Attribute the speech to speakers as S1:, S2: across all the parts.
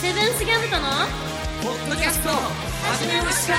S1: セブンスギャムとの
S2: ポッドキャスト始めました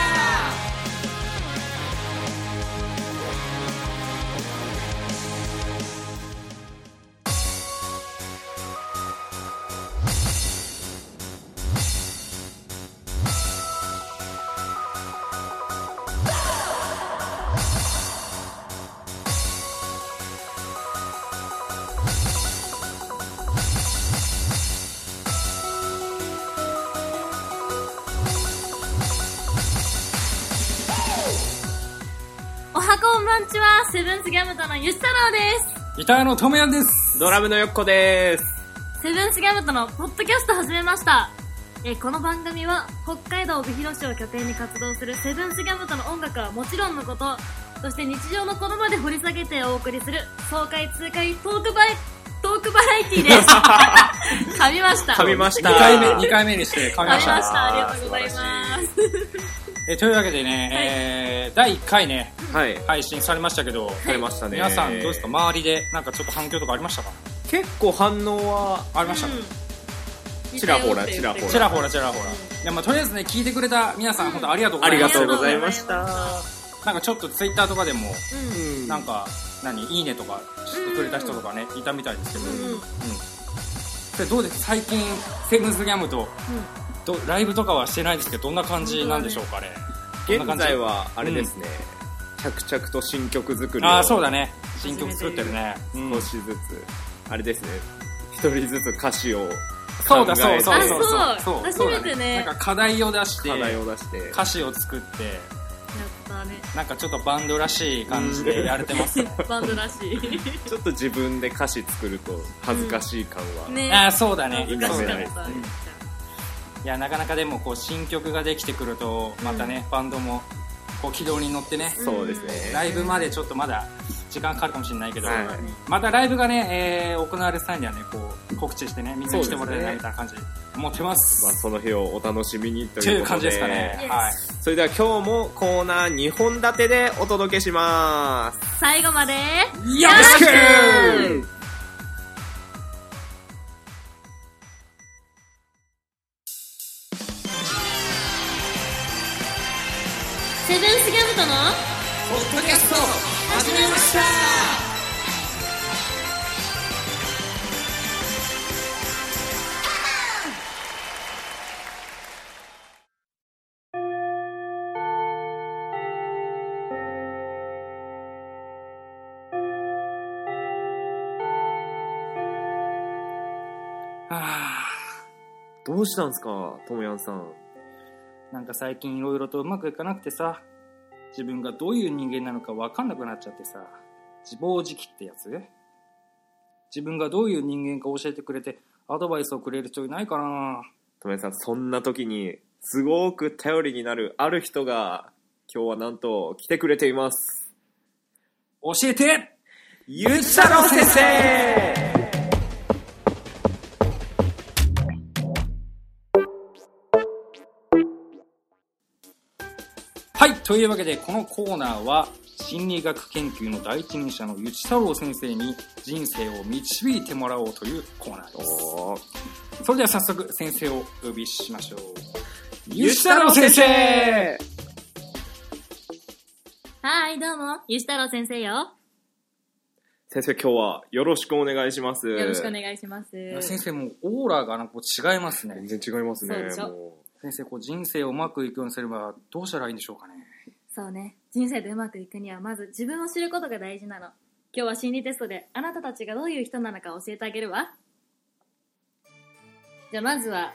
S1: おはこんばんちはセブンスギャムとのゆちたろうで
S3: ギターのともやんです。
S2: ドラムのよっこです
S1: すセブンスギャムとのポッドキャスト始めましたえーこの番組は北海道帯広市を拠点に活動するセブンスギャムとの音楽はもちろんのことそして日常の言葉で掘り下げてお送りする爽快痛快トークバイトークバラエティです噛みました
S2: 噛みま
S1: し
S2: した
S3: 2回目、二回目にして噛
S1: た
S3: み
S1: 噛
S3: ま
S1: みま
S3: し
S1: した
S3: た。
S1: ありがとうございます
S3: えというわけでね、
S1: はい
S3: えー、第1回ね、
S2: はい
S3: 配信されましたけど、
S2: されましたね
S3: 皆さんどうですか周りでなんかちょっと反響とかありましたか
S2: 結構反応は
S3: ありましたか、
S1: うん
S2: ちらほらちらほら
S3: ちらほらちらほら。いや、まあとりあえずね、聞いてくれた皆さん、
S1: うん
S3: 本当ありがとうご
S2: あ
S3: ざ
S2: り
S3: いま
S2: が
S3: す。
S2: とうございました
S3: なんかちょっとツイッターとかでも、
S1: うん
S2: うん
S3: なんか、何、いいねとかしてくれた人とかね、いたみたいですけど、
S1: うん
S3: うん。それどうです最近、セブンスギャムと、どライブとかはしてないですけど、どんな感じなんでしょうかね。
S2: 現
S3: どんな感じ
S2: 在はあれですね、着々と新曲作りを
S3: ああそうだね新曲作ってるね、うん
S2: 少しずつ、あれですね一人ずつ歌詞を
S3: そうだそうそうそう
S1: あそう
S3: そう
S1: 初めてね
S3: なんか課題を出して
S2: 課題を出して
S3: 歌詞を作って
S1: やったね
S3: なんかちょっとバンドらしい感じでやれてます、
S1: バンドらしい
S2: ちょっと自分で歌詞作ると恥ずかしい感は、
S1: ね
S3: ああそうだね
S1: 恥ずか
S3: そ
S1: し
S3: う
S1: か
S3: だ
S1: っ
S3: ね
S1: た
S3: いやなかなかでもこう新曲ができてくるとまたね、バンドもこう軌道に乗ってね、
S2: そうですね、
S3: ライブまでちょっとまだ時間かかるかもしれないけど、
S2: はい
S3: またライブがね、えー行われる際にはねこう告知してねみんなに来てもらえないみたいな感じ思ってます
S2: まあ、その日をお楽しみにと
S3: って
S2: い
S3: いうう
S2: こと
S3: 感じですかね、
S1: Yes
S3: はい
S2: それでは今日もコーナー2本立てでお届けします
S1: 最後まで
S3: よろしく
S1: セブンスギャムとの
S2: ポッドキャスト始めました
S3: はあ
S2: どうしたんですかともやんさん
S3: なんか最近いろいろとうまくいかなくてさ、自分がどういう人間なのかわかんなくなっちゃってさ、自暴自棄ってやつ自分がどういう人間か教えてくれて、アドバイスをくれる人いないかな
S2: ともやんさんそんな時にすごく頼りになるある人が今日はなんと来てくれています
S3: 教えて
S2: ゆうたろう先生
S3: はいというわけでこのコーナーは心理学研究の第一人者のゆち太郎先生に人生を導いてもらおうというコーナーです。
S2: おー
S3: それでは早速先生をお呼びしましょう。
S2: ゆうたろう先生
S1: はいどうもゆしたろう先生よ
S2: 先生今日はよろしくお願いします
S1: よろしくお願いします
S3: いや先生もうオーラがなんかこう違いますね。
S2: 全然違いますね
S1: そうでしょ
S2: もう
S3: 先生こう人生をうまくいくようにすればどうしたらいいんでしょうかね
S1: そうね人生でうまくいくにはまず自分を知ることが大事なの今日は心理テストであなたたちがどういう人なのか教えてあげるわじゃあまずは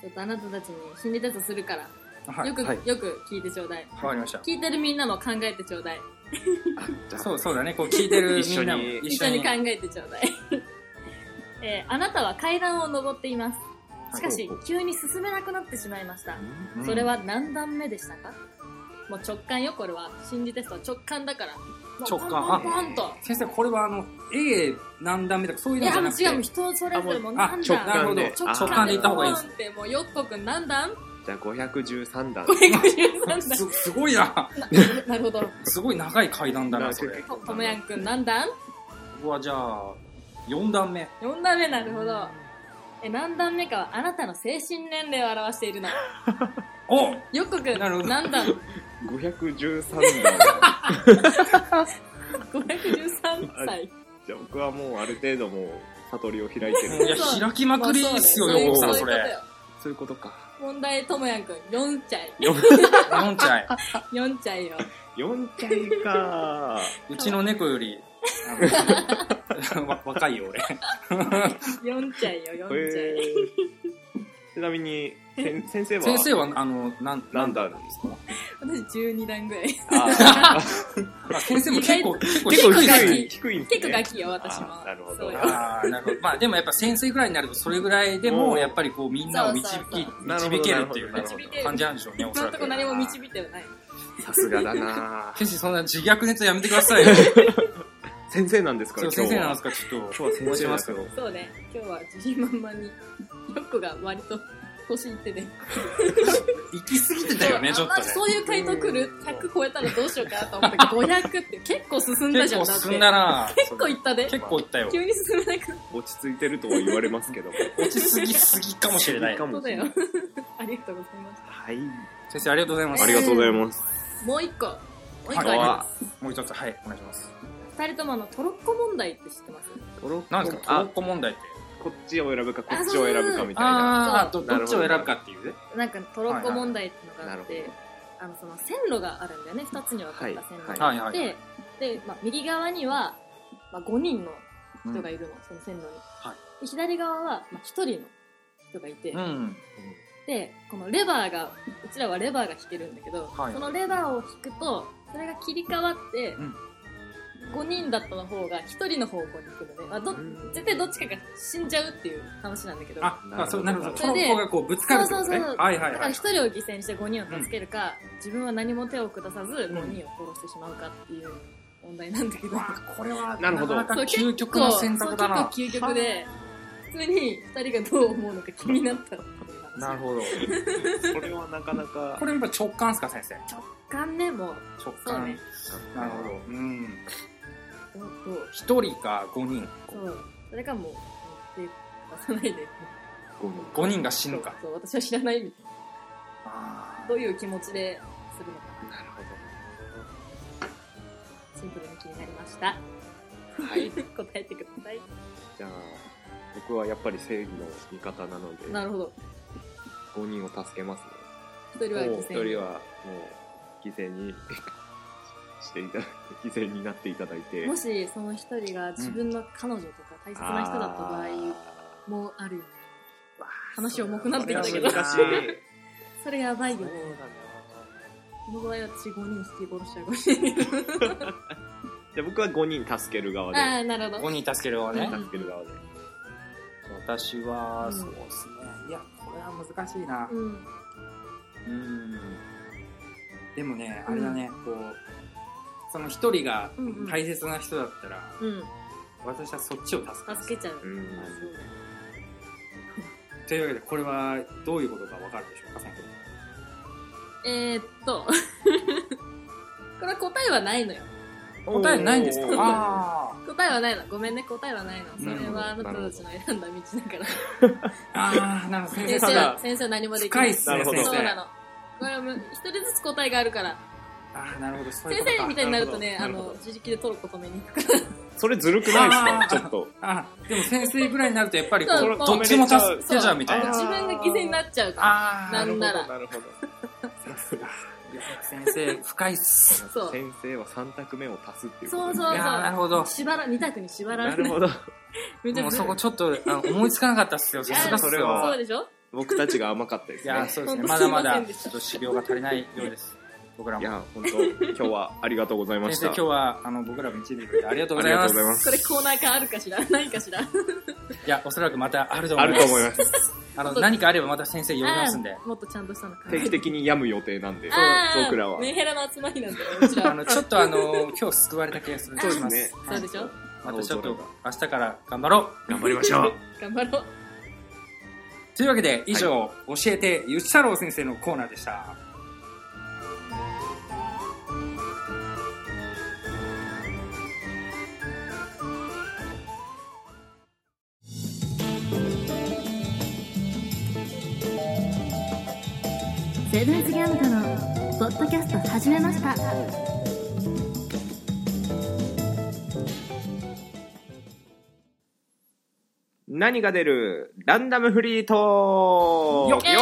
S1: ちょっとあなたたちに心理テストするから、
S3: は
S1: よく、
S2: はい
S1: よく聞いてちょうだい
S3: わかりました
S1: 聞いてるみんなも考えてちょうだい
S3: そうそうだねこう聞いて るみ
S2: 一緒に
S3: んなも
S1: 一緒に考えてちょうだい、 えーあなたは階段を上っていますしかし
S2: はい
S1: 急に進めなくなってしまいましたそれは何段目でしたかもう直感よこれは心理テストは直感だからもう
S3: 直感
S1: ポンポンポンと
S3: 先生これはあの A 何段目とかそういう
S1: い
S3: の
S1: や
S3: じゃ
S1: も
S3: な
S1: う
S3: くて
S1: 違うもう人それぞれもう
S3: あ
S1: 何
S2: 直
S1: 段
S3: なるほど
S2: 直感で
S3: 直
S2: あー
S3: 感でいった方がいいです
S1: ポンってもうよっこくん何段
S2: じゃあ513段
S1: 513
S3: すすごいな
S1: 段ななるほど
S3: すごい長い階段だなそれ
S1: とともやんくん何段
S3: 僕はじゃあ4段目
S1: 4段目なるほどえ何段目かはあなたの精神年齢を表しているの。
S3: お
S1: よっこくん、
S3: なるほど
S1: 何段
S2: 513段
S1: ?513 歳。
S2: じゃあ僕はもうある程度もう悟りを開いて
S3: いや
S2: る
S1: そう
S3: 開きまくりっすよ
S1: まあそうね
S3: 横尾さん
S1: そういうことよ
S2: そういうことか
S1: 問題、ともやんくん、4歳。
S3: のんちゃん
S1: 4歳よ。
S2: 4回か
S3: うちの猫よりあ のわ若いよ 俺
S1: 4歳よ、
S2: へ
S1: 4歳。
S2: ーちなみにせん先生は
S3: 先生はあのなん
S2: 何段
S3: なんですか
S1: 私12段ぐらい。
S2: あ
S3: あ先生も結構結構
S2: ー結構
S3: 低い
S1: ガ
S2: 低
S1: キ
S2: い低いんですね
S1: 結構ガキよ、私も
S2: あ。なるほど
S1: そうよ
S3: あーなるほどまあでもやっぱ先生ぐらいになるとそれぐらいで
S2: う
S3: も
S2: ん
S3: やっぱりこうみんなを導
S1: そうそう
S3: き
S1: そ
S3: 導けるっていう
S2: な
S3: ね
S2: るほど
S1: 導ける
S3: 感じなんでしょうねお
S1: 今
S3: そ
S1: の
S3: ら
S1: と
S3: く
S1: こ何も導いてはない。
S2: さすがだな
S3: 決してそんな自虐ネタやめてくださいよ
S2: 先生なんですから
S3: そう
S2: 今日
S3: 先
S2: は
S3: 生なんですかちょっと
S2: 今日は先生ですよ
S1: そうね、今日は自信満々に、よっこが割と年いってね。
S3: 行き過ぎてたよねち
S1: そ
S3: ょ
S1: う
S3: っと
S1: あ
S3: ね
S1: そういう回答来る ?100 超えたらどうしようかなと思 ったけど、500って結構進んだじ
S3: 結
S1: ゃん、
S3: 構
S1: だって。
S3: 進んだな
S1: 結構いったで。
S3: 結構いったよ
S1: 急に進めなくなっ
S2: 落ち着いてるとは言われますけど
S3: 落ちすぎすぎかもしれない
S2: か
S1: た
S2: も
S1: ん
S2: し
S1: だ
S2: れ
S1: よ
S2: ない。
S1: ありがとうございます。
S2: はい
S3: 先生ありがとうございます
S2: ありがとうございます
S1: もう一個。もう一個あ
S3: は
S1: り
S3: い
S1: ます。
S3: もう一つはいお願いします
S1: 二人ともあの、トロッコ問題って知ってます
S2: トロッコ
S3: 何ですかトロ
S2: あ
S3: ッコ問題って
S2: こっちを選ぶかこっちを選ぶかみたいな
S3: ああ
S1: そ
S3: どどっちを選ぶかっていう
S1: なんかトロッコ問題っていうのがあっ
S2: はい
S1: て
S2: はいなる、
S1: あの、その線路があるんだよね。二つに分かった線路が
S3: はい
S1: あ
S3: は
S1: っ
S3: い
S1: て、で、まあ、右側には、まあ、5人の人がいるの、その線路に。
S3: い
S1: で左側は、まあ、1人の人がいて、
S3: うん
S1: でこのレバーがうちらはレバーが引けるんだけど、
S3: はい
S1: そのレバーを引くとそれが切り替わって、
S3: うん
S1: 5人だったの方が1人の方向に行くので、まあ、ど
S2: うん
S1: 絶対どっちかが死んじゃうっていう話なんだけど
S3: ああそうなるほど
S1: そ
S3: ト
S1: れで
S3: ロッコがこうぶつかるってこと
S1: そ
S3: ね
S1: うそうそう
S3: はいは
S1: だ
S3: い
S1: か
S3: は
S1: ら
S3: い
S1: 1人を犠牲にして5人を助けるか、自分は何も手を下さず5人を殺してしまうかっていう問題なんだけど、
S3: わあこれは
S2: なるほど
S3: なか
S1: そ
S3: な
S1: う
S3: か究極の選択だな
S1: そう結構究極で普通に2人がどう思うのか気になった
S3: なるほど
S2: これはなかなか
S3: これやっぱ直感ですか先生
S1: 関連も
S3: 直
S1: そうね
S3: 感なるほどうん
S1: どうどう
S3: 一人か五人
S1: そう。それかもう、手出さないで。
S2: ごめん
S3: 五人が死ぬか
S1: そう、私は知らないみたい
S3: あ
S1: な。どういう気持ちでするのか
S2: なる
S1: シンプルに気になりました。
S2: ほどはい
S1: 答えてください。
S2: じゃあ僕はやっぱり正義の味方なので
S1: なるほど。
S2: 5人を助けますね
S1: 一人は犠
S2: もう一
S1: 牲
S2: 人はもう犠牲に していただ犠牲になっていただいて
S1: もし、その一人が自分の彼女とか大切な人だった場合、
S2: あー
S1: もうあるよね。
S3: ー
S1: 話重くなってきたけど
S2: これは難しい
S1: それやばいよ
S2: そう
S1: ね
S2: だ。
S1: この場合私5人引き殺しちゃうかもしれない。
S2: なじゃあ僕は5人助ける側で
S1: ああ、なるほど。
S3: 五人助けるわね
S1: うん
S2: 助ける側で
S3: 私
S1: う
S3: は
S1: ん
S3: そうですねいやこれは難しいな
S1: うん。
S3: うんでもねあれだねこうその一人が
S1: うんうん
S3: 大切な人だったら
S1: うん。
S3: 私はそっちを助けます
S1: 助けちゃう。
S2: うん
S1: あそうだよ
S3: というわけでこれはどういうことかわかるでしょうか先生
S1: えー、っと。 これは答えはないのよ。
S3: 答えないんですか
S2: おー
S3: あ
S1: 答えはないのごめんね答えはないのそ
S3: なる
S1: れ
S3: ほど
S1: はあなたたちの選んだ道だから
S3: ーあーなるほど先
S1: 先生
S3: 生た
S1: は
S3: だ
S1: 先生は何もでき
S3: 深
S1: ない
S3: っ
S1: い
S3: す
S2: な
S3: ね
S2: るほど
S3: 先
S1: そうな
S3: 生
S1: のこれはもう一人ずつ答えがあるから
S3: ああなるほどそうい
S1: 先
S3: うこと
S1: 生
S3: か
S1: みたいになるとね
S2: な
S1: あ
S2: るほど
S1: の自力でトロッコ止め に行くか
S2: それずるくない
S3: あ
S2: ですか
S3: ー
S2: ちょっと
S3: あでも先生ぐらいになるとやっぱりこ
S1: そう
S3: うどっちも助
S1: ら
S3: けちゃうみたい
S1: そ
S3: な
S1: 自分が犠牲になっちゃうか
S3: あ
S1: な
S3: あ
S1: んなら
S2: るほど
S3: 先生深いっす
S1: そう
S2: 先生は3択目を足すっていうこと
S1: そう
S2: ですね
S1: そ
S3: いうやーなるほど
S1: 縛ら二択に縛ら
S2: な
S1: れ
S2: る
S1: ない
S2: ほど
S1: めちゃく
S3: もう
S1: ちゃ
S3: そこちょっとあの思いつかなかったっすよ
S1: い
S3: さ
S1: や
S3: すがっす
S2: それ
S3: よ
S2: は
S1: そうでしょ
S2: 僕たちが甘かったです
S3: い
S2: ね
S3: やーそうです
S1: 本
S3: ね
S1: 当
S3: まだます
S1: い
S3: だ
S1: ませんでし
S3: ち
S1: た
S3: ょっと修行が足りないようです僕ら
S2: い
S3: も
S2: や本当今日はありがとうございま
S3: 先
S2: し
S3: 生今
S2: た
S3: 日はあの僕らも導いてくれてありがとうござい
S2: あり
S3: ま
S2: がとうございますす
S1: これコーナーかあるか しらないかしら
S3: いやおそらくまたあると思
S2: あ
S3: い
S2: る
S3: ます
S2: と思います
S3: あの何かあればまた先生呼びますんで
S1: あーもっとちゃんとしたのか
S2: 定期的に病む予定なんで
S1: あー
S2: 僕らは
S1: メンヘラの集まりなんだようちら
S3: あのちょっとあの今日救われた気がする
S1: そうです
S2: ね
S1: そ
S3: は
S1: う
S3: い
S1: でしょ
S3: またちょっと明日から頑張ろう
S2: 頑張りましょう
S1: 頑張ろう
S3: というわけで以上、教えてゆき太郎先生のコーナーでした
S1: セブンスギャムとのポッドキャスト始めました
S2: 何が出るランダムフリートークよ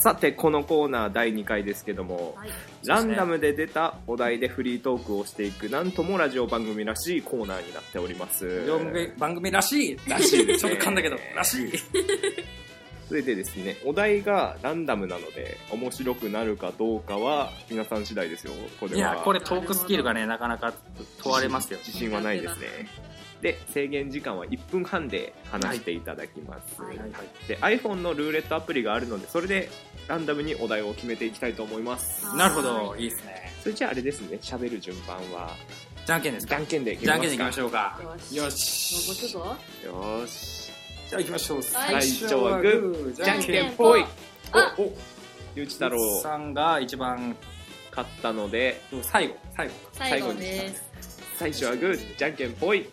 S2: さてこのコーナー第2回ですけども
S1: はい、
S2: ランダムで出たお題でフリートークをしていくなんともラジオ番組らしいコーナーになっております
S3: 番組番組らしい
S2: らしいです
S3: ちょ
S2: ね
S3: っと噛んだけどらしい
S2: それでですねお題がランダムなので面白くなるかどうかは皆さん次第ですよこれはい
S3: やこれトークスキルがねなかなか問われますよ
S2: 自信はないですねで制限時間は1分半で話していただきます、
S1: はい
S3: はいはい
S2: で iPhone のルーレットアプリがあるのでそれでランダムにお題を決めていきたいと思います
S1: はい
S3: なるほどいいですね
S2: それじゃああれですね喋る順番は
S3: じゃんけんです
S2: じ
S3: か
S2: ゃんけんでいき
S3: じゃ
S2: ま
S3: んけんでい
S2: す
S3: き
S2: か
S3: ましょうか
S1: よし
S3: よ
S1: 残
S3: し
S1: すぞ
S2: よーし
S3: じゃあ行きましょう
S1: はい
S2: グ
S3: じ
S2: じゃ
S3: ゃん
S2: ん
S3: け
S2: け
S3: ん
S2: んぽい
S1: あ
S2: おおゆうち太郎
S3: さんが一番
S2: 勝ったので
S3: 最後最後
S1: 最後です
S2: 最初はグーじゃんけんぽい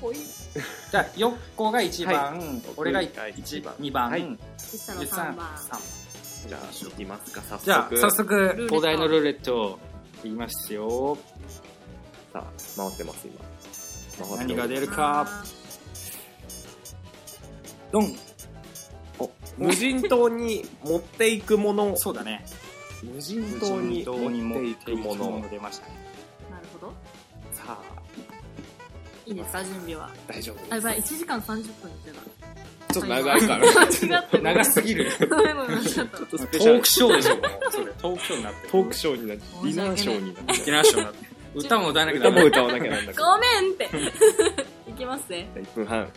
S1: ほい
S3: じゃあよっこが一番、俺が
S2: はい
S3: 一番二番、
S2: はい
S1: 岸さんの
S3: ゆさ
S1: 3
S3: ん
S1: 番
S3: 三
S2: じゃあ行きますか早速
S3: じゃあ早
S1: ルーレッ
S3: 速
S1: ト
S3: お題のルーレットを言いますよ
S2: さあ回ってます今回ってます
S3: 何が出るかドン
S2: お 無人島に持っていくもの
S3: そうだね
S2: 無人島に
S3: 無人島に
S2: 持
S3: 持
S2: っ
S3: ってて
S2: い
S3: い
S2: く
S3: く
S2: も
S3: も
S2: の
S3: の出ましたね
S1: なるほど
S2: さあ
S1: いいですか準備は
S2: 大丈夫
S1: あ
S2: で
S1: や
S2: す
S1: ばい1時間30分ってな
S2: ちょっと長いからち
S1: 違って
S3: 長すぎる
S1: ごめんごめんちょっと
S2: ょっと
S3: ト
S2: スペシャ
S3: ー
S2: ル
S3: クショーでしょもうそれトークショーになってる
S2: トークショーになってディナーショーになっ
S3: ディ
S2: て
S3: ナーショーになってる歌も歌わなきゃ
S2: 歌
S3: ダ
S2: も
S3: メ
S2: 歌わなきゃなんだから
S1: ごめんって いきますね
S2: 1分半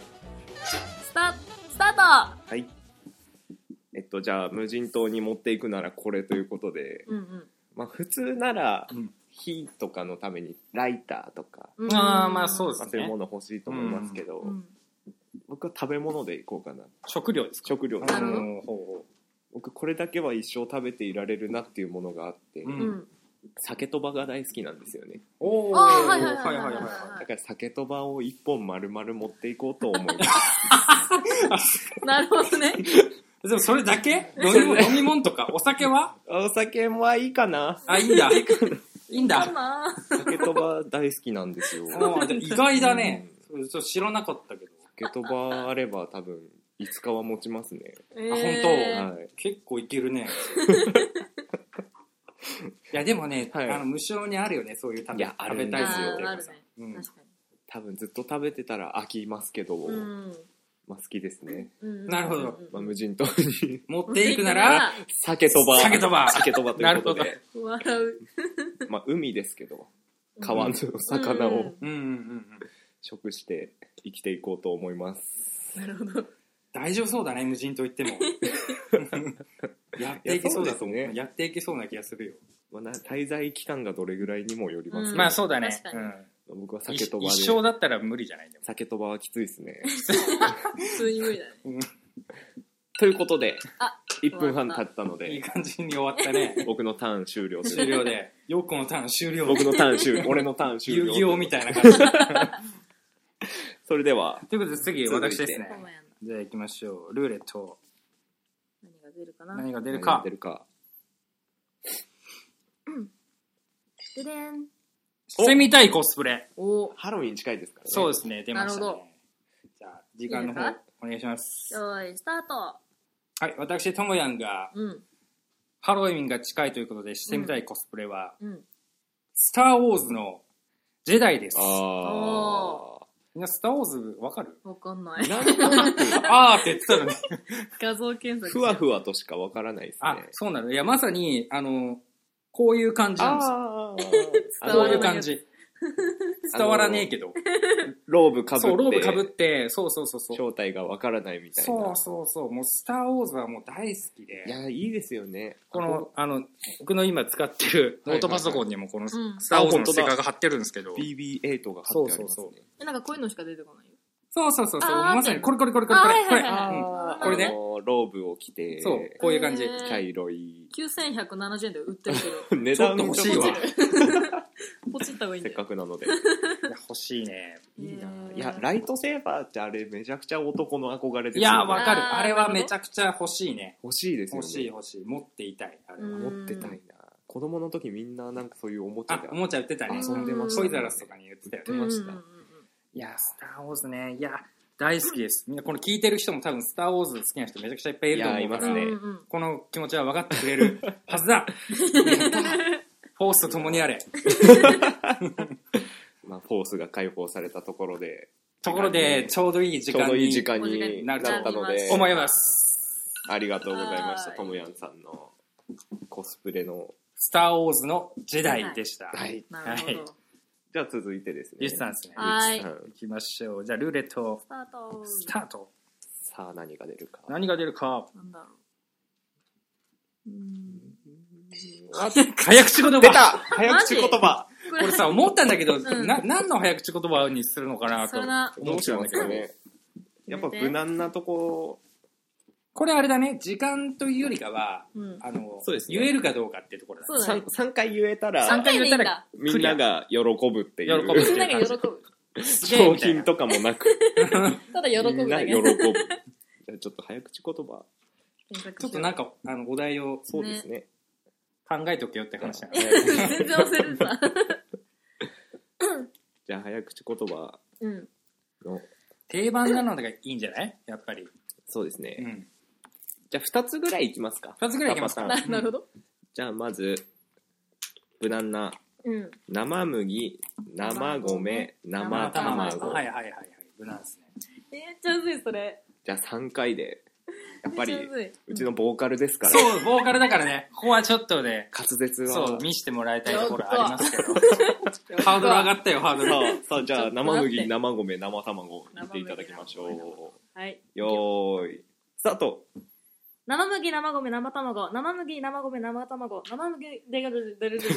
S1: スタスタート
S2: はいえっとじゃあ無人島に持っていくならこれということで
S1: うんうん
S2: まあ普通なら
S3: うん
S2: 火とかのためにライターとか
S1: うん
S3: ああまあそうです
S2: そういう
S3: ね
S2: もの欲しいと思いますけど、
S1: うん
S2: 僕は食べ物でいこうかな
S3: 食料ですか
S2: 食料
S1: なるほど
S3: うんほうほ
S2: 僕これだけは一生食べていられるなっていうものがあって、
S3: ううん
S1: うん
S2: 酒とばが大好きなんですよね
S3: うおー
S1: あーはいはいはい
S3: は
S1: はいい
S3: は
S1: はいい
S3: は
S2: だから酒とばを一本丸々持っていこうと思い ます
S1: なるほどね
S3: いでもそれだけ飲み物飲み物とかお酒は
S2: お酒はいいかな
S3: あいい んだいいんだ
S1: かな
S2: 酒とば大好きなんですよ
S3: おーじゃあ意外だねちょっと知らなかったけど
S2: 酒とばあれば多分いつかは持ちますね、
S1: え
S3: え
S1: ー
S2: はい
S3: 結構いけるね いやでもね、
S2: はい
S3: あの無償にあるよねそういう食
S2: い
S3: べ
S2: やある
S3: 食べたいです
S1: あ
S3: よ
S2: ん
S1: ーある
S3: さ
S1: ね
S3: うん
S1: 確か
S2: 多分ずっと食べてたら飽きますけど、
S1: にうん
S2: まあ好きですね、
S1: うん
S3: なるほど
S2: まあ、無人島に
S3: 持っていくなら
S2: 酒とば
S3: 酒とば
S2: 酒とばということ
S3: な
S2: で
S3: る
S1: 笑う
S2: まあ海ですけど川の魚
S1: う
S2: を
S1: ん
S3: うんうんうん
S2: 食して生きていこうと思います
S1: なるほど
S3: 大丈夫そうだね無人と言 ってもやっていけそうだと思う
S2: いやそうですね
S3: やっていけそうな気がするよ、
S2: まあ、な滞在期間がどれぐらいにもよりますけど、
S1: うん
S3: まあそうだね
S1: 確かに
S2: 僕は
S3: うん、
S2: 酒とばで
S3: 一生だったら無理じゃないでも
S2: 酒とばはきついですね
S1: 普通に無理だね
S2: ということで
S1: あ
S2: 1分半経ったの
S3: いい
S2: で
S3: 感じに終わった ね
S2: 僕のターン終了
S3: 終了でヨーコのターン終了
S2: 僕のターン終了俺のターン終
S3: 遊
S2: 了
S3: 戯王みたいな感じ という
S2: それでは
S3: ことで次
S2: 続いて
S3: 私ですね
S1: ほんまやんな
S3: じゃあ行きましょうルーレット
S1: 何が出るかな
S3: 何が出る
S2: 何が
S3: か
S2: 出るか
S1: ででん
S3: してみたいコスプレ
S1: およ
S2: ハロウィン近いですからね
S3: そうですすね、出ました
S1: なるほ
S3: ね
S1: ど。
S3: じゃあ、時間の方
S1: いいですか、
S3: お願いします。
S1: ーいスタート
S3: はい、私、ともやんが、
S1: うん
S3: ハロウィンが近いということでしてみたいコスプレは、
S1: うん
S3: スター・ウォーズのジェダイです。
S2: ああ
S3: みんな、スター・ウォーズ わかる
S1: わかんない
S2: なんとなく
S3: あーって言ってた のね。
S1: 画像検索
S2: ふわふわとしかわからないです
S3: あ
S2: ね、
S3: そうなの。いや、まさに、あの、こういう感じなんですよ。
S2: ああ
S1: ー
S3: こうい
S1: 伝
S3: う
S1: わらな
S3: 感
S1: い
S3: じ。伝わらねえけど。
S2: ローブかぶって
S3: そう、ローブかぶって、そうそうそうそう。
S2: 正体がわからないみたいな
S3: そうそうそう。もう、スター・ウォーズはもう大好きで。
S2: いやいいですよね
S3: この、あの、僕の今使ってるノートパソコンにもこ
S1: う
S3: の、
S1: ん
S3: スター・ウォーズのステッカーが貼ってるんですけど。
S2: BB8 が貼って
S3: そう
S2: ありますね
S3: そうそう
S1: えなんかこういうのしか出てこないよ
S3: そうそうそうそう。
S1: あー
S3: まさに、これこれこれこれこ
S1: あ
S3: れ。
S1: ー
S3: こ
S1: は
S3: れ、
S1: いはいはい
S2: あー
S3: これね
S2: あのローブを着て
S3: そう、こういう感じ。
S1: へー
S2: 茶色 い
S1: 9170円で売ってるけ
S2: 値段が
S3: ちょっと欲しい わ
S1: どポチった方がいいん
S2: せ
S1: だ
S2: っ
S1: よ
S2: かくなので
S3: いや欲しいね。
S1: いいな
S3: えー
S2: いや、ライトセーバーってあれめちゃくちゃ男の憧れですよね
S3: いや、わかる。
S1: あー
S3: あれは
S1: なるほど
S3: めちゃくちゃ欲しいね。
S2: 欲しいですよ
S3: 欲
S2: ね。
S3: しい欲しい。持っていたい。あれは。
S1: うん
S2: 持ってたいな。子供の時みんななんかそういうおもちゃ
S3: あ
S2: で、
S3: おもちゃ売ってたね。
S1: 遊んでましたね
S3: トイザらスとかに売ってたよね。
S2: 出ました
S1: うんうん
S3: いや、スター・ウォーズね。いや、大好きです。みんな、この聞いてる人も多分、スター・ウォーズ好きな人めちゃくちゃいっぱいいると思うから。
S2: いやいますね
S1: うんうん
S3: この気持ちは分かってくれ るはずだフォースと共にあれ。
S2: まあ、フォースが解放されたところで、
S3: ところで、ちょうどいい時
S2: ちょう
S3: 間
S2: どいい
S3: に
S2: 時間にな
S3: な
S2: っ
S3: る
S2: ち
S3: と
S2: ゃったので、
S3: 思います。
S2: ありがとうございました。
S1: はい
S2: トムヤンさんのコスプレの。
S3: スター・ウォーズのジェダイでした。
S2: はい。
S1: なるほ
S3: はい
S1: ど。ス
S2: じゃあ続いてですね。
S3: リスさんですね。
S1: はい
S2: リスさん
S3: 行きましょう。じゃあ、ルーレット、
S1: タート。
S3: スタート。
S2: さあ何が出るか。
S3: 何が出るか。
S1: なんだろう。うん
S2: あ
S3: 早口言葉
S2: 出た早口言葉
S1: こ
S3: これさ、思ったんだ けど、
S1: ん
S3: な、何の早口言葉にするのかなと
S1: それな
S3: 思
S2: ど
S3: っ
S2: うし
S3: ちゃうん
S2: ま
S3: だ
S2: す
S3: けど
S2: か。ね。やっぱ無難なとこ、
S3: これあれだね、時間というよりかは、
S1: うん
S3: あの、
S2: そうですね
S3: 言えるかどうかっていうところだね
S1: そうだね
S2: 3, 三回言えたら、
S3: 三回言ったら、
S2: みんなが喜ぶっていう。
S3: 喜ぶ
S1: みんなが喜ぶ。
S2: 商品とかもなく、
S1: ただ喜
S2: み
S1: ぶ
S2: んな
S1: だ
S2: 喜
S1: け。
S2: ぶ。じゃあちょっと早口言葉、
S3: ちょっとなんか、あの、お題を
S2: そうですね。
S3: 考えとけよって話だね。
S1: 全然忘れてた。
S2: じゃあ早口言葉
S1: うん。
S2: の、
S3: 定番なのがいいんじゃないやっぱり。
S2: そうですね。
S3: うん。
S2: じゃあ2つぐらいいきますか。
S3: 二つぐらいいきますか
S2: 二パターン
S1: ななるほど。
S2: じゃあまず、無難な
S1: うん。
S2: 生麦、生米、生卵。
S3: はいはいはいはい。無難ですね。
S1: めっちゃむずい、それ。
S2: じゃあ3回で、やっぱり
S1: めちゃむずい、
S2: うちのボーカルですから、
S3: そう、ボーカルだからね、ここはちょっとね、
S2: 滑舌は。
S3: そう、見してもらいたいところありますけど。ハードル上が
S1: は
S3: ったよ、ハードル。
S2: さあ、さあじゃあ生
S1: ちょ
S2: 麦、
S1: っと待って
S2: 生米、生卵、言っていただきましょ
S1: 生麦生
S2: う。
S1: い。
S2: よーい、スタート
S1: 生麦、生米、生卵。生麦、生米、生卵。生麦、でがる、でる、でる、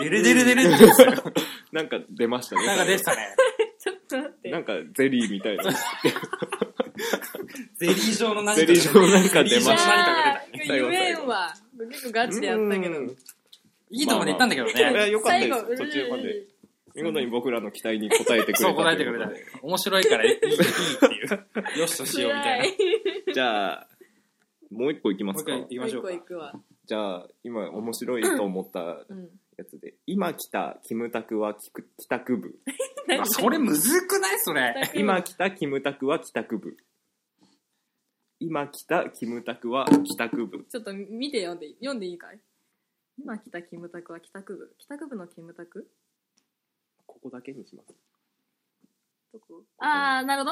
S3: デレデレデレって言ってたよ
S2: なんか出ましたね。
S3: なんか出てたね。
S1: ちょっと待って。
S2: なんかゼリーみ たいな。
S3: ゼリー状の何
S2: ゼリー状なん
S1: い
S2: か出ま
S1: や
S3: ゼリー状の何かが
S2: し
S3: 出
S1: ー
S3: たね。
S2: 最後
S1: 言えんわ。結構ガチでやったけど。
S2: うん
S3: いいとこまで行ったんだけど
S2: いや、
S3: ね。
S2: よかった
S1: 最
S2: で
S1: 後、
S2: す。途中ま
S1: うるるる
S2: で。見事に僕らの期待に応えてくれた。
S3: そう、答えてくれたね。面白いからいい、いいっていう。よしとしようみたい
S1: 辛。
S3: な
S1: い。
S2: じゃあ、もう一個いきま
S3: もう
S2: す
S3: 一
S2: か
S3: 回。行き
S1: も
S3: ま
S1: う
S3: し
S1: 一
S3: ょう
S1: 個
S3: か。
S1: いくわ。
S2: じゃあ、今面白いと思った
S1: うん。
S2: やつで、今来たキムタクは帰帰宅部。
S3: うわそれむずくないそれ。
S2: 今来たキムタクは帰宅部。今来たキムタクは帰宅部。
S1: ちょっと見て読んで、読んでいいかい今来たキムタクは帰宅部。帰宅部のキムタク
S2: ここだけにします。
S1: どこあー、なるほ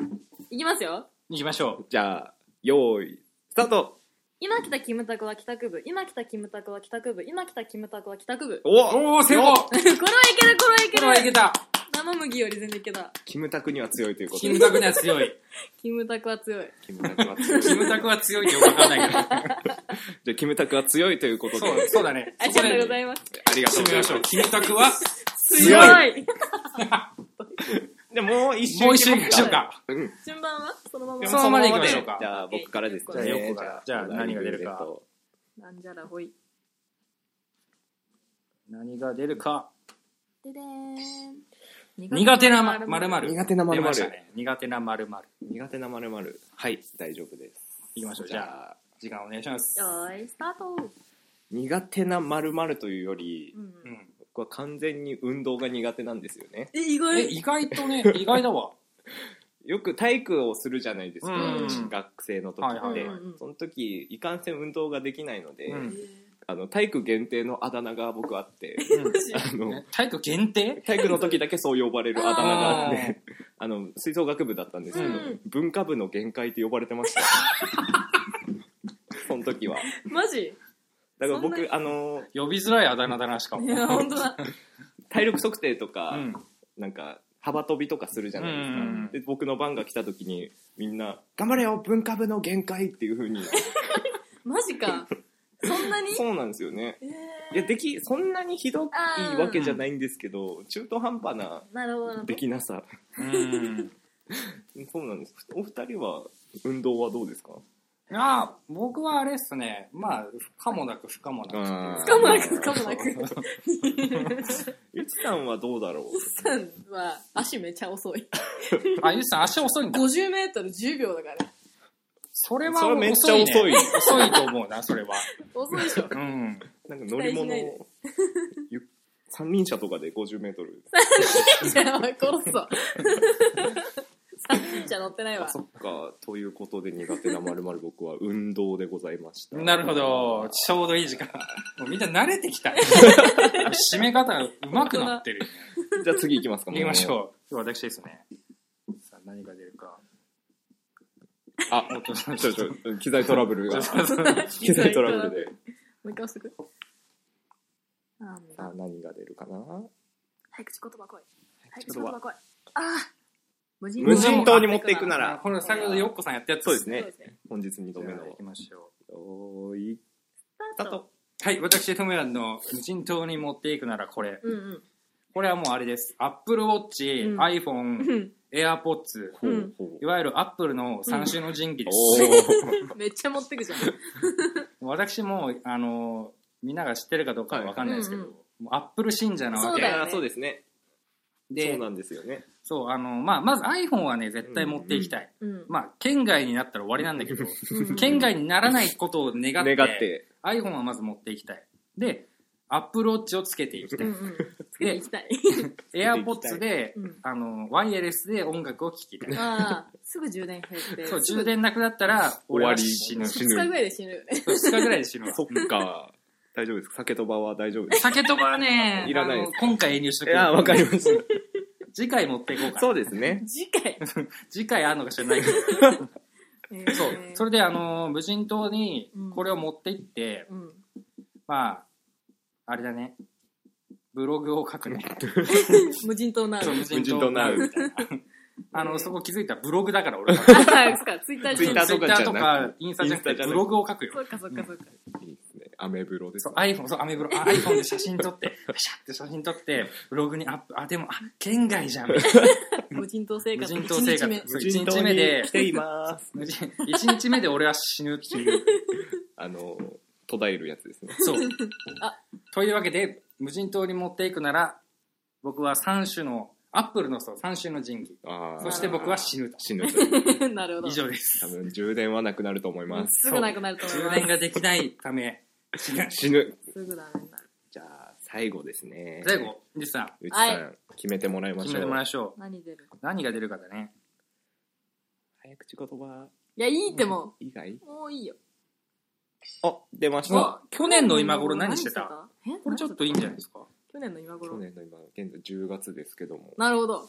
S1: ど。いきますよ。
S3: 行きましょ
S2: じゃあ、用意、スタート
S1: 今来たキムタクは帰宅部。今来たキムタクは帰宅部。今来たキムタクは帰宅 部。こ
S3: う。
S2: お
S3: おー、成功こ
S1: れはいける、これはいけ
S3: れはい
S1: る。
S3: けた。
S1: 生麦より全然いけた。
S2: キムタクには強いということ
S3: キ
S2: で
S3: ム。タクには強い。
S1: キムタクは強い。
S2: キムタクは 強い。じ
S3: キムタクは強いってよくわかんないけど。
S2: ゃあ、キムタクは強いということで。
S3: そう、そうだね。
S1: あり
S3: そ
S1: が
S3: ことで
S1: うございます。
S2: ありがとうご
S3: 締め
S2: ざいま
S3: ますしょう。キムタクは、
S2: 強い
S1: 強い。
S2: じゃあ、もう一周
S3: もう 一周行きましょ
S2: う
S3: うか。
S2: うん。
S1: 順番はそのま
S3: そ
S1: ま。
S3: のままで行きましょうか
S2: じゃあ、僕からですね。
S1: じゃあ
S3: 横からじゃあ何が出るか。
S1: なんじゃらほい。
S3: 何が出るか。
S1: ででーん。
S3: 苦手なまるまる。
S2: 苦手な〇〇
S3: 出ましたね苦手なまるまる。
S2: 苦手なまるまる。はい、大丈夫です。
S3: 行きましょう。じゃあ、
S2: あ、
S3: 時間お願いします。
S1: よーい、スタート。
S2: 苦手なまるまるというより
S1: う、ん
S3: う。ん。
S2: 僕は完全に運動が苦手なんですよね。
S1: え、意
S3: え、
S1: 外。
S3: 意外とね、意外だわ。
S2: よく体育をするじゃないですか、
S3: うん
S2: 学生の時っ
S3: は
S2: て、
S3: いはい
S1: はい
S2: その時いかんせん運動ができないので、
S3: うん
S2: あの体育限定のあだ名が僕あ ってあの
S3: ね体育限定
S2: 体育の時だけそう呼ばれるあだ名があってあの吹奏楽部だったんですけど、
S1: うん
S2: 文化部の限界って呼ばれてましたその時は
S1: マジ
S2: だから
S1: そん
S2: 僕あの
S3: 呼びづらいあだ名だな、しかも。
S1: いや、ほんとだ。
S2: 体力測定とか、
S3: うん。
S2: なんか幅跳びとかするじゃないですか、
S3: うん
S2: で僕の番が来た時にみんな「頑張れよ文化部の限界」っていう 風に
S1: マジか。そんなに
S2: そうなんですよね
S1: え
S2: いやできそんなにひどいわけじゃないんですけど中途半端な
S1: ー、なるほどなるほ
S2: で
S1: ど。
S2: きな さ
S3: うん。
S2: そうなんですお二人は運動はどうですか
S3: あ僕はあれっすね。まあ、不可もなく不可もなくっていう。
S4: 不可もなく不可もなく。
S2: ゆちさんはどうだろう
S1: さんは足めちゃ遅い。
S3: あ、ゆうさん足遅いんだ。
S1: 50メートル10秒だから。
S3: それ
S2: そ
S3: は
S2: れめっちゃ
S3: 遅い、ね。
S2: 遅い
S3: 遅いと思うな、それは。
S1: 遅いでし ょ。
S3: うん。
S2: なんか乗り
S1: 期待し
S2: 物
S1: ないで
S2: ゆ三輪車とかで50メートル
S1: じゃあ、殺そう。3人じゃ乗ってないわ。
S2: そっかということで苦手なまるまる僕は運動でございました
S3: なるほど。ちょうどいい時間。もうみんな慣れてきた。締め方が上手くなってる。
S2: じゃあ次行きますか
S3: 行きまし
S2: う
S3: ょう。今日私ですね。さあ、何が出るか。
S2: あ
S3: お父さん
S2: ちょちょ機材トラブ ルが機
S1: 機
S2: 材
S1: 材
S2: ト
S1: ト
S2: ラ
S1: ラ
S2: ブ
S1: ブル
S2: ルで
S1: もう一回押してくれ。
S4: あー
S2: さあ何が出るかな
S4: 早口言葉来い。早
S2: 口
S4: 口
S2: 言
S4: 言
S2: 葉
S4: 葉来い。あ無人
S2: 無人島に持っていく
S1: ら
S2: な
S3: あ
S2: ら
S3: これ先ほどよっこさんやったやつ
S2: そうです
S1: そう
S2: ね
S1: ですね。
S2: 本日2度
S3: じ
S2: 目
S3: ゃあ行
S2: の
S3: きましょ
S2: おーい
S4: ス
S2: ス
S4: タ
S2: タ
S4: ー
S2: ー
S4: ト
S2: ト。
S3: う。はい、私、トムヤンの無人島に持っていくならこれ。
S1: うんうん。
S3: これはもうあれです。Apple Watch、
S1: うん
S3: iPhone、
S1: うん
S3: AirPods、
S2: ほ
S1: う
S2: うんほう
S3: いわゆる Apple の三種の神器です。
S2: おー
S1: めっちゃ持ってくじゃん。
S3: 私も、あの、みんなが知ってるかどうかはわかんないですけど、
S1: はいうん
S3: もう Apple 信者なわ
S1: そう
S3: け
S1: だよね
S2: いやーそうですねそ
S3: で
S2: う、なんですよね
S3: そう、あの、まあ、まず iPhone はね、絶対持っていきたい。
S1: うん。
S3: まあ、県外になったら終わりなんだけど、
S1: うん
S3: 県外にならないことを願
S2: 願
S3: って、
S2: って、
S3: iPhone はまず持っていきたい。で、Apple Watch をつけていきた
S1: う
S3: い
S1: ん。うん。つけていきたい。
S3: AirPods で
S1: うん、
S3: あの、ワイヤレスで音楽を聴きたい。
S1: ああ、すぐ充電減って。
S3: そう、
S1: す
S3: 充
S1: ぐ
S3: 電なくなったら、俺は
S2: 終わり
S3: 死ぬ。
S2: 死
S3: 2
S1: 二日ぐらいで死ぬ よね。
S3: 日ぐらいで死ぬわ。
S2: そっか大丈夫ですか酒とばは大丈夫です
S3: 酒とばはね、
S2: いらないです
S3: あの今回遠慮しと
S2: い
S3: く。
S2: やーわかりまし
S3: 次回持っていこうか
S2: た
S3: な。
S2: そうですね
S1: 次回。
S3: 次回あんのか知らないけど。そう。そ
S1: れ。
S3: れで、あの、無人島に
S1: うん
S3: これを持って行って、
S1: うん。
S3: まあ、あれだね。ブログを書くね。
S1: 無人島なる。
S3: 無
S2: 無人島な
S3: み
S2: う
S3: たいな。あ
S1: う
S3: の、
S1: ん
S3: そこ気づいたらブログだから俺は。
S1: あ、そうか、ツイッター
S2: ツイッターと
S3: ツイッ
S2: かじゃなく
S3: ターとか、インスタじゃなく
S2: インスタじ
S3: て、
S2: ゃなく
S3: ブログを書くよ
S1: そ。うか、そうか、そうか。
S2: いいですねアメブロです
S3: そう
S2: ね
S3: iPhone、そう、アメブロ、 あ iPhone で写真撮って、パシャって写真撮って、ブログにアップ、あ、でも、あ、県外じゃん、みたいな
S1: 無人島生
S3: 無
S1: 活。
S3: 人島生
S1: 一日
S3: 活
S1: 目。
S3: そう。一日目で
S2: 来、ています。
S3: 無人一日目で俺は死ぬっていう。
S2: あの、途絶えるやつですね。
S3: そう
S1: あ。
S3: というわけで、無人島に持っていくなら、僕は3種の、アップルのそう、3種の神器。
S2: あー
S3: そして僕は死ぬと。
S2: 死ぬ。
S1: なるほど。
S3: 以上 です。
S2: 多分充電はなくなると思います。
S1: すぐなくなると思い
S3: 充
S1: ま
S3: 電ができないため、死ぬ。
S2: 死ぬ。
S1: す。すぐなくなる。
S2: じゃあ、最後ですね。
S3: 最。後、リスさん、
S2: うちさん、
S1: は
S2: 決めてもらいましょう。
S3: 決めてもらいましょう。
S1: 何出る
S3: 何が出るかだね。
S2: 早口言葉
S1: いや、いいっても
S2: 以外
S1: う。もういいよ。
S2: あ、出まし
S3: う
S2: た。
S3: わ去年の今頃何してた
S1: え
S3: これちょっといいんじゃないですか
S1: 去年の今
S2: 去
S1: 頃。
S2: 年の今、現在10月ですけども。
S1: なるほど。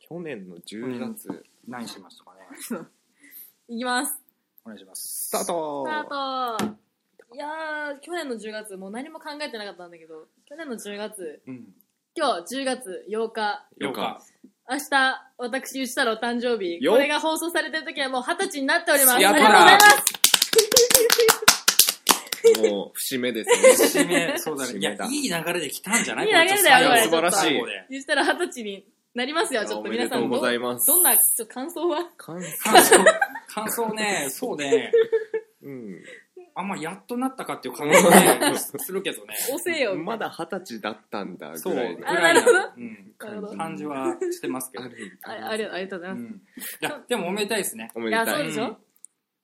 S2: 去年の10月、
S3: 何しますかね
S1: いきます。
S3: お願いします。
S2: スタート
S1: スタートいやー、去年の10月、もう何も考えてなかったんだけど、去年の10月、
S3: うん。
S1: 今日10月8日、
S2: よか。
S1: 明日、私、ゆちたろお誕生日、
S2: よっ
S1: これが放送されてる時はもう20歳になっております。あり
S3: や
S1: が
S3: っ
S1: と
S3: た
S1: う
S3: ー
S1: ございます
S2: もう、節 目ですね。
S3: 締め、そうだね。
S2: 締
S3: い
S2: め
S3: や、
S2: だ
S3: いい流れで来たんじゃない
S1: いい流れだよ
S3: これ
S1: これちょっと
S3: 最後最後で
S1: ゆちたろ20歳になりますよ、ちょっと皆さん
S2: おめでとうござい
S1: ど
S2: ます。
S1: どんな、ちょっと感想は
S2: 感想
S3: 感想、感想 ね、そうね、
S2: うん。
S3: あんまやっとなったかっていう感じがね、するけどね。
S1: 押せよ。
S2: まだ二十歳だったんだ
S3: そう、
S2: ぐらい
S3: ぐ
S2: の
S1: あ
S3: らい
S1: なるほど
S3: なうん
S1: なるほど
S3: 感じはしてますけど
S2: あ。る
S1: あありがとうありがとうございうます。
S3: ん。いや、でもおめでたいですね。
S2: おめ
S1: い
S2: で
S1: や、
S2: た
S1: そう
S2: い。
S1: でしょ、
S3: うん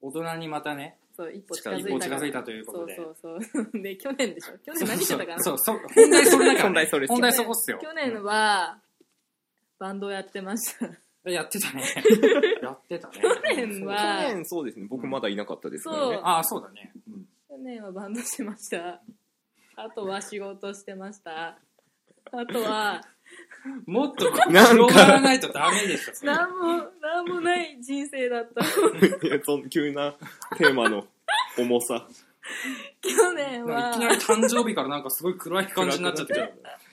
S3: 大人にまたね、
S1: そう、一歩近
S3: 一
S1: づ
S3: 歩
S1: いた
S3: 近
S1: から。
S3: づいたということで。
S1: そうそうそう。で、去年でしょ去年何してたかな
S3: そう そう、そう本題それだからね。
S2: 本題それっすよ
S3: 本題そこっすよ。
S1: 去年は、バンドをやってました。
S3: うんやってたね。やってたね。
S1: 去年
S2: 去
S1: は、去
S2: 年そうですね、僕まだいなかったですから
S1: そう
S2: ね。
S3: ああ、そうだね。うん
S1: 年はバンドしてました。あとは仕事してました。あと は、
S3: もっと
S2: なんか
S3: 広がらないとダメでしょ、それ
S1: なんも、 なんもない人生だ った。
S2: いやそん急なテ ーマの重さ。
S1: 去年
S3: なんかい
S1: は
S3: き、なり誕生日からなんかすごい暗い感じになっちゃったけど、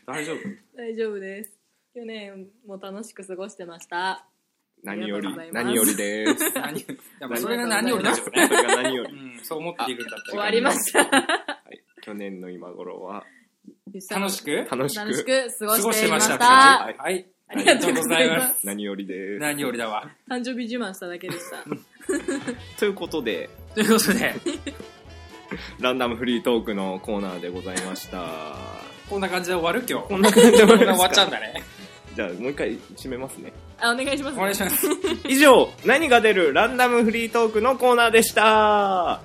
S3: 大丈夫
S1: 大丈夫です。去年も楽しく過ごしてました。
S2: 何より
S1: あり、がとう
S2: 何
S1: ご
S2: よ
S1: ざいます
S2: りです。
S3: 何やっぱそれが何よりだよ
S2: そ
S3: ね。
S2: れが何よ
S3: う
S2: り。
S3: ん、そう思っているんだった
S1: 終
S3: ら
S1: わりました。
S2: はい去年の今頃は
S3: 楽しく
S2: 楽し
S1: 楽し
S2: く
S1: く過
S3: 過
S1: ご
S3: ご
S1: し
S3: してて
S1: いま
S3: ま
S1: し。
S3: したた。
S2: い
S3: はい。はい
S1: ありがとうございます。
S2: 何よりです。
S3: 何よりだわ。
S1: 誕生日自慢しただけでした。
S2: ということで
S3: ということで、
S2: ランダムフリートークのコーナーでございました
S3: こんな感じで終わる今日。
S2: こんな感じで終わり
S3: 終
S2: ます
S3: わ
S2: か
S3: っちゃうんだね。
S2: じゃあもう一回締めますね
S1: あお願いします
S3: お願いします。
S2: 以上何が出るランダムフリートークのコーナーでした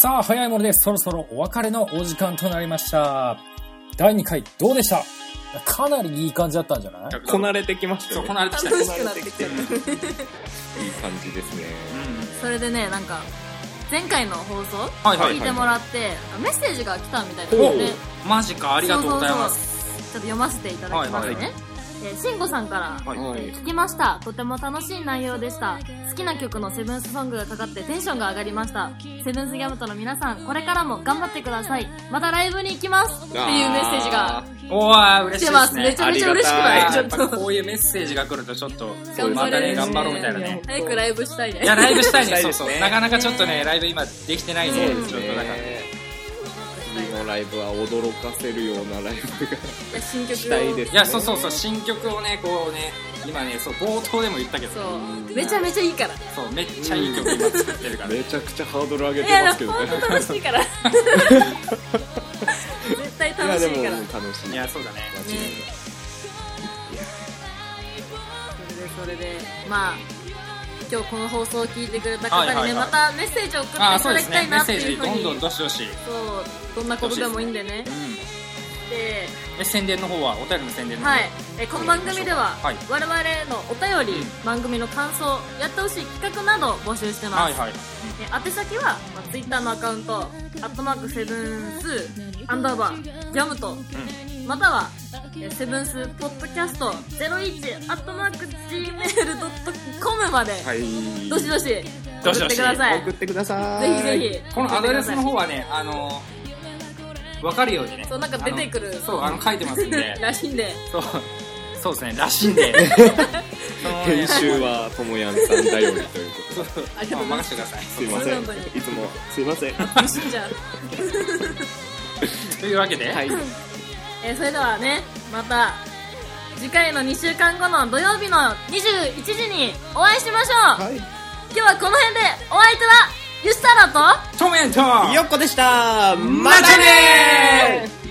S3: さあ、早いものです。そろそろお別れのお時間となりました。第2回、どうでした
S5: かなりいい感じだったんじゃない
S2: こなれてきまし
S3: そ
S2: たよ
S3: う、
S2: ね
S3: こなれてきた。
S1: 楽しくなってきちゃった
S2: いい感じですね
S1: それでねなんか前回の放送
S3: はいはい
S1: 聞いてもらってあメッセージが来たみたいな
S3: お
S1: の
S3: う
S1: ね
S3: マジか、あ
S1: あ
S3: りがとうございます。
S1: ちょっと読ませていただきますね、
S3: はい
S1: え
S3: はい
S1: ー慎吾さんから
S3: はい
S2: はい
S1: 聞きましたとても楽しい内容でした好きな曲のセブンスソングがかかってテンションが上がりましたセブンスギャムとの皆さんこれからも頑張ってくださいまたライブに行きますっていうメッセージが
S3: おー、
S1: 来
S3: 嬉し
S1: て
S3: い
S1: ま
S3: ですす
S1: め
S3: ね
S1: ち。ゃめちゃ嬉しく
S2: あり
S1: な
S2: が
S1: い
S2: た
S1: ち
S3: や
S1: ょ
S3: っ
S1: っ
S3: ぱ
S1: と
S3: こういうメッセージが来るとちょっと
S1: 頑
S3: ま
S1: 張
S3: た
S1: れ
S3: ね
S1: る
S3: 頑張ろうみたいなね
S1: 早くライブしたいね
S3: いやライブしたい ね
S2: したい
S3: そ
S2: で
S3: う
S2: すね
S3: そうなかなかちょっとねライブ今できてないね
S1: うん
S3: ちょっとだから
S2: 次のライブは驚かせるようなライブが
S1: いや新曲
S2: したいです
S3: いやそうそうそう新曲をねこうね今ねそう冒頭でも言ったけど
S1: そうめちゃめちゃいいから
S3: そうめっちゃいい曲今作ってるから
S2: めちゃくちゃハードル上げ
S1: い
S2: てま
S1: や
S2: すけど
S1: 本
S2: ね
S1: 当楽しいから 絶対楽しいから
S2: も楽しい
S3: いやそうだね
S1: ねそれでそれでまあ今日この放送を聞いてくれた方にね、
S3: はいはいは
S1: ま
S3: い
S1: たメッセージを送ってい
S3: あーそ
S1: た
S3: うで
S1: だき
S3: す
S1: た
S3: ね
S1: い
S3: メ
S1: な
S3: ッ
S1: って
S3: セー
S1: いう
S3: ジ
S1: ふう
S3: ど
S1: に
S3: んどんどしどし
S1: そうどんなことでもいいんでね
S3: うん
S1: で
S3: で宣伝の方はお便りの宣伝の方
S1: はい、えこの番組では、
S3: はい
S1: 我々のお便り、
S3: うん
S1: 番組の感想やってほしい企画などを募集してます、
S3: はいはい
S1: え宛先は、まあ、Twitter のアカウント「アットマークセブンスアンダーバージャムと」またはえセブンスポッドキャスト01アットマーク Gmail.com まで、
S2: はい
S1: どしどし
S3: ど
S1: 送
S3: しどし
S1: ってください
S2: 送ってくださ
S1: ぜ
S2: い
S1: ひぜひ
S3: このアドレスの方はねあのわかるようにね
S1: そうなんか出てくる
S3: あのそうあの書いてますんで
S1: らしいんで
S3: そうそうですねらしい んでそのね
S2: 編集はともやんさん頼りということで
S1: ありがとうござい
S3: まあ
S1: ま
S3: 任せてください
S2: すいません
S1: そうなんだ
S2: いつもすいませんは
S1: 楽しいじゃん、
S3: というわけで、
S2: い
S1: えそれではねまた次回の2週間後の土曜日の21時にお会いしましょう、
S2: はい
S1: 今日はこの辺でお相手はゆしたらと
S3: トメント
S2: よっこでした
S3: またねー